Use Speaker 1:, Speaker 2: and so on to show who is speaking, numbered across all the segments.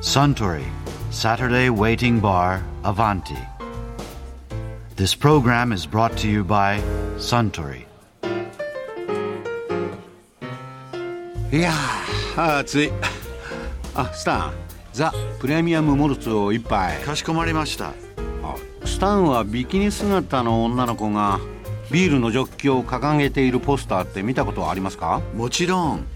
Speaker 1: Suntory Saturday Waiting Bar Avanti. This program is brought to you by Suntory.
Speaker 2: いやーあー暑いあスタンザ・プレミアムモルツを一杯あスタンはビキニ姿の女の子がビールのジョッキを掲げているポスターって見たことはありますか
Speaker 1: もちろん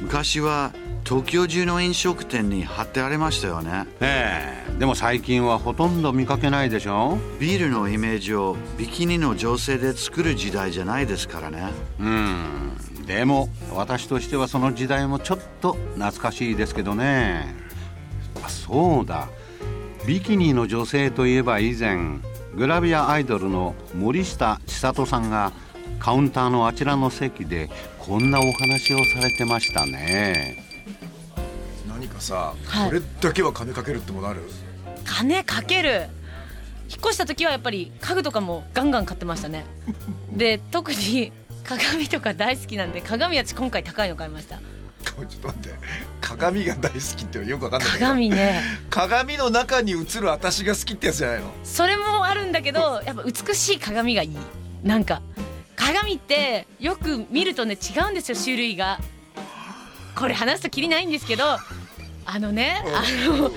Speaker 1: 昔は東京中の飲食店に貼ってありましたよね
Speaker 2: ええでも最近はほとんど見かけないでしょ
Speaker 1: ビールのイメージをビキニの女性で作る時代じゃないですからね
Speaker 2: うんでも私としてはその時代もちょっと懐かしいですけどねあそうだビキニの女性といえば以前グラビアアイドルの森下千里さんがカウンターのあちらの席でこんなお話をされてましたね
Speaker 3: 何かさ、
Speaker 4: はい
Speaker 3: これだけは金かけるってものある
Speaker 4: 金かける引っ越した時はやっぱり家具とかもガンガン買ってましたねで特 に鏡とか大好きなんで鏡は今回高いの買いました
Speaker 3: これちょっと待って鏡が大好きってよくわかんないんだけど
Speaker 4: 鏡ね
Speaker 3: 鏡の中に映る私が好きってやつじゃないの
Speaker 4: それもあるんだけどやっぱ美しい鏡がいいなんか鏡ってよく見るとね違うんですよ種類がこれ話すときりないんですけどあのねあの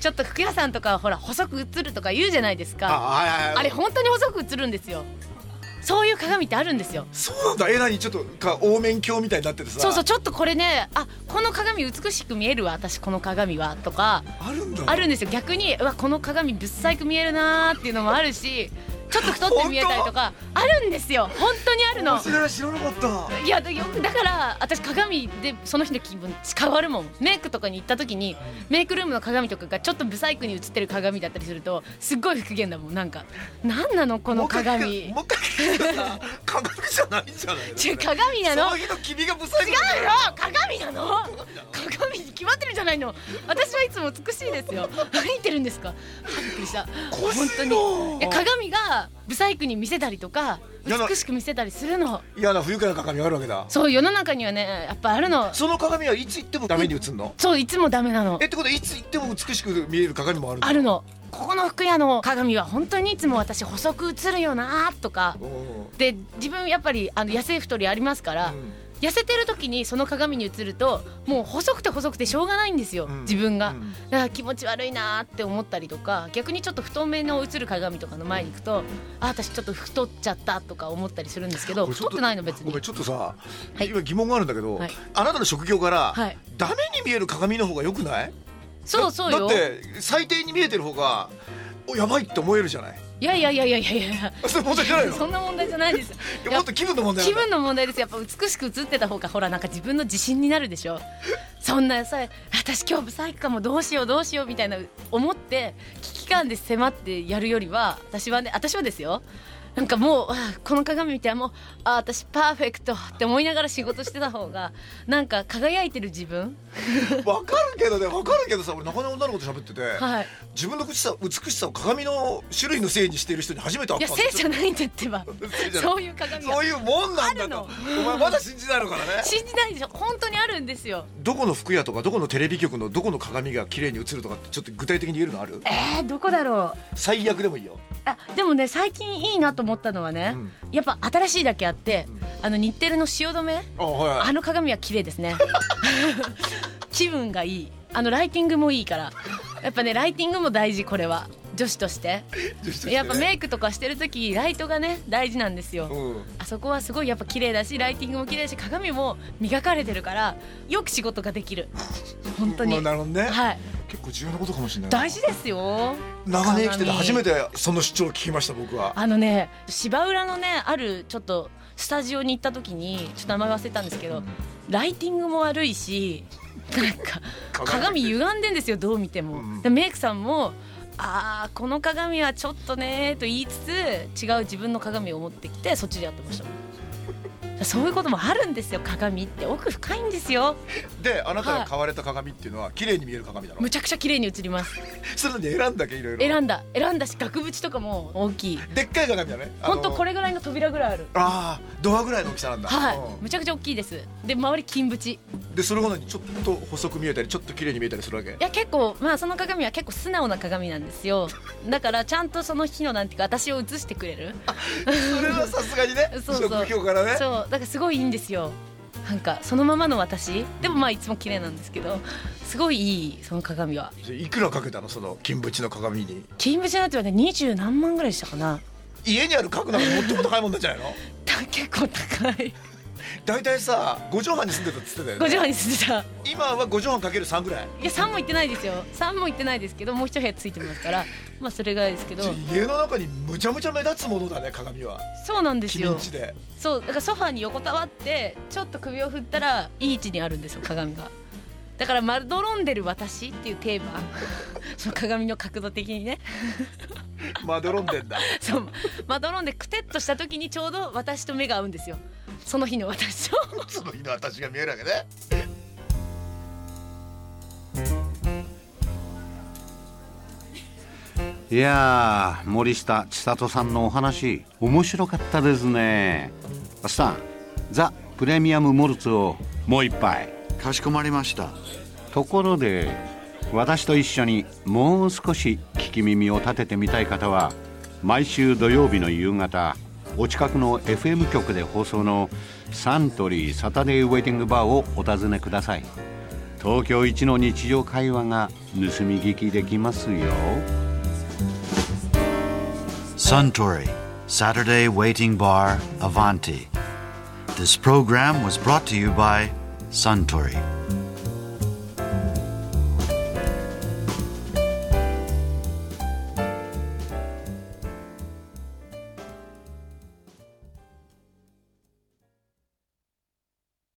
Speaker 4: ちょっと服屋さんとかはほら細く映るとか言うじゃないですか
Speaker 3: あはいはい
Speaker 4: あれ本当に細く映るんですよそういう鏡ってあるんですよ
Speaker 3: そうなんだえ何ちょっとか凹面鏡みたいになっててさ
Speaker 4: そうそうちょっとこれねあこの鏡美しく見えるわ私この鏡はとか
Speaker 3: あるんだ
Speaker 4: あるんですよ逆にうわこの鏡ぶっさいく見えるなーっていうのもあるしちょっと太って見えたりとかあるんですよ本当にあるの
Speaker 3: 面白い知らなかった
Speaker 4: いやだよくだから私鏡でその日の気分変わるもんメイクとかに行った時にメイクルームの鏡とかがちょっとブサイクに映ってる鏡だったりするとすっごい不機嫌だもんなんかなんなのこの鏡
Speaker 3: もう一回もう一回さ鏡じゃないんじゃないの
Speaker 4: 違う鏡なの
Speaker 3: その日の君が不細工
Speaker 4: 違うよ鏡なの鏡に決まってるじゃないの私はいつも美しいですよ何言ってるんですかびっくりした本当にいや鏡が不細工に見せたりとか
Speaker 3: やだ
Speaker 4: 美しく見せたりするの
Speaker 3: 嫌な不愉快な鏡があるわけだ
Speaker 4: そう世の中にはねやっぱあるの
Speaker 3: その鏡はいつ行ってもダメに映るの
Speaker 4: そういつもダメなの
Speaker 3: えってことはいつ行っても美しく見える鏡もあるの
Speaker 4: あるのここの服屋の鏡は本当にいつも私細く映るよなとか
Speaker 3: おー
Speaker 4: で自分やっぱりあの痩せ太りありますから、
Speaker 3: うん
Speaker 4: 痩せてる時にその鏡に映るともう細くて細くてしょうがないんですよ、
Speaker 3: うん
Speaker 4: 自分が、
Speaker 3: うん
Speaker 4: だから気持ち悪いなーって思ったりとか逆にちょっと太めの映る鏡とかの前に行くとあ私ちょっと太っちゃったとか思ったりするんですけど
Speaker 3: これちょっ
Speaker 4: 太っ
Speaker 3: と
Speaker 4: てないの別に
Speaker 3: ごめんちょっとさ、
Speaker 4: はい
Speaker 3: 今疑問があるんだけど、
Speaker 4: はい
Speaker 3: あなたの職業から、
Speaker 4: はい
Speaker 3: ダメに見える鏡の方が良くない
Speaker 4: そうそうよ
Speaker 3: だって最低に見えてる方がおやばいって思えるじゃない
Speaker 4: いやいやいやいやいやいや
Speaker 3: それ問題じゃないの
Speaker 4: そんな問題じゃないです
Speaker 3: いやもっと気分の問題な
Speaker 4: 気
Speaker 3: んだ
Speaker 4: 分の問題ですやっぱ美しく映ってた方がほらなんか自分の自信になるでし ょそんなさ私今日ブサイクかもどうしようどうしようみたいな思って危機感で迫ってやるよりは私はね私はですよなんかもうあこの鏡見てもうあ私パーフェクトって思いながら仕事してた方がなんか輝いてる自分
Speaker 3: わかるけどねわかるけどさ俺中根女の子と喋ってて、
Speaker 4: はい
Speaker 3: 自分の口さ美しさを鏡の種類のせいにしている人に初めて会っ
Speaker 4: いや
Speaker 3: たん
Speaker 4: 性じゃ
Speaker 3: よ
Speaker 4: ないんだって ば
Speaker 3: 性じゃない
Speaker 4: そういう鏡は
Speaker 3: そういうもんなんだ
Speaker 4: あ
Speaker 3: と
Speaker 4: るの
Speaker 3: お前まだ信じないのからね
Speaker 4: 信じないでしょ本当にあるんですよ
Speaker 3: どこの服屋とかどこのテレビ局のどこの鏡が綺麗に映るとかってちょっと具体的に言えるのある
Speaker 4: えー、どこだろう
Speaker 3: 最悪でもいいよ
Speaker 4: あでもね最近いいなと思ったのはね、やっぱ新しいだけあって、あの日テレの汐留
Speaker 3: あはい
Speaker 4: あの鏡は綺麗です ね気分がいいあのライティングもいいからやっぱねライティングも大事これは女子として
Speaker 3: 女子としてね
Speaker 4: やっぱメイクとかしてる時ライトがね大事なんですよ、
Speaker 3: うん
Speaker 4: あそこはすごいやっぱ綺麗だしライティングも綺麗だし鏡も磨かれてるからよく仕事ができる本当に、
Speaker 3: まあなるほどね
Speaker 4: はい
Speaker 3: 結構重要なことかもしれないな
Speaker 4: 大事ですよ
Speaker 3: 長年生きてて初め
Speaker 4: て
Speaker 3: てその主張を聞きました僕は
Speaker 4: あのね芝浦のねあるちょっとスタジオに行った時にちょっと名前忘れたんですけど、ライティングも悪いしなんか鏡歪んでんですよどう見ても、でメイクさんも「あーこの鏡はちょっとね」と言いつつ違う自分の鏡を持ってきてそっちでやってましたそういうこともあるんですよ鏡って奥深いんですよ
Speaker 3: であなたが買われた鏡っていうのは綺麗に見える鏡だろ
Speaker 4: むちゃくちゃ綺麗に映ります
Speaker 3: それで選んだけいろいろ
Speaker 4: 選んだ選んだし額縁とかも大きい
Speaker 3: でっかい鏡だねあの
Speaker 4: ほんとこれぐらいの扉ぐらいある
Speaker 3: ああドアぐらいの大きさなんだ
Speaker 4: はい
Speaker 3: うん
Speaker 4: むちゃくちゃ大きいですで周り金縁い
Speaker 3: でそれが何ちょっと細く見えたりちょっと綺麗に見えたりするわけ
Speaker 4: や結構まあその鏡は結構素直な鏡なんですよだからちゃんとその日のなんていうか私を映してくれる
Speaker 3: それはさすがにね
Speaker 4: そうそう
Speaker 3: 職業からね
Speaker 4: そうだからすごいいいんですよなんかそのままの私でもまあいつも綺麗なんですけどすごいいいその鏡はい
Speaker 3: くらかけたのその金縁の鏡に
Speaker 4: 金縁なんてはね二十何万ぐらいしたかな
Speaker 3: 家にある家具なんかもっとも高いもんなんじゃないの
Speaker 4: た結構高い
Speaker 3: 大体さ五畳半に住んでたって言ってた
Speaker 4: 五
Speaker 3: よ
Speaker 4: 畳
Speaker 3: ね
Speaker 4: 半に住んでた
Speaker 3: 今は五畳半かける三ぐらい
Speaker 4: いや三も行ってないですよ三も行ってないですけどもう一部屋ついてますからまあそれぐらいですけど
Speaker 3: 家の中にむちゃむちゃ目立つものだね鏡は
Speaker 4: そうなんです
Speaker 3: 君ん
Speaker 4: よ
Speaker 3: ちで
Speaker 4: そうだからソファーに横たわってちょっと首を振ったらいい位置にあるんですよ鏡がだから「まどろんでる私」っていうテーマ その鏡の角度的にね
Speaker 3: まどろんでん だ
Speaker 4: そうまどろんでくてっとした時にちょうど私と目が合うんですよその日の私と
Speaker 3: その日の私が見えるわけね
Speaker 2: いやー森下千里さんのお話面白かったですねバスさんザ・プレミアム・モルツをもう一杯
Speaker 1: かしこまりました
Speaker 2: ところで私と一緒にもう少し聞き耳を立ててみたい方は毎週土曜日の夕方お近くの FM 局で放送のサントリーサタデーウェイティングバーをお尋ねください東京一の日常会話が盗み聞きできますよ
Speaker 1: Suntory Saturday Waiting Bar Avanti This program was brought to you by Suntory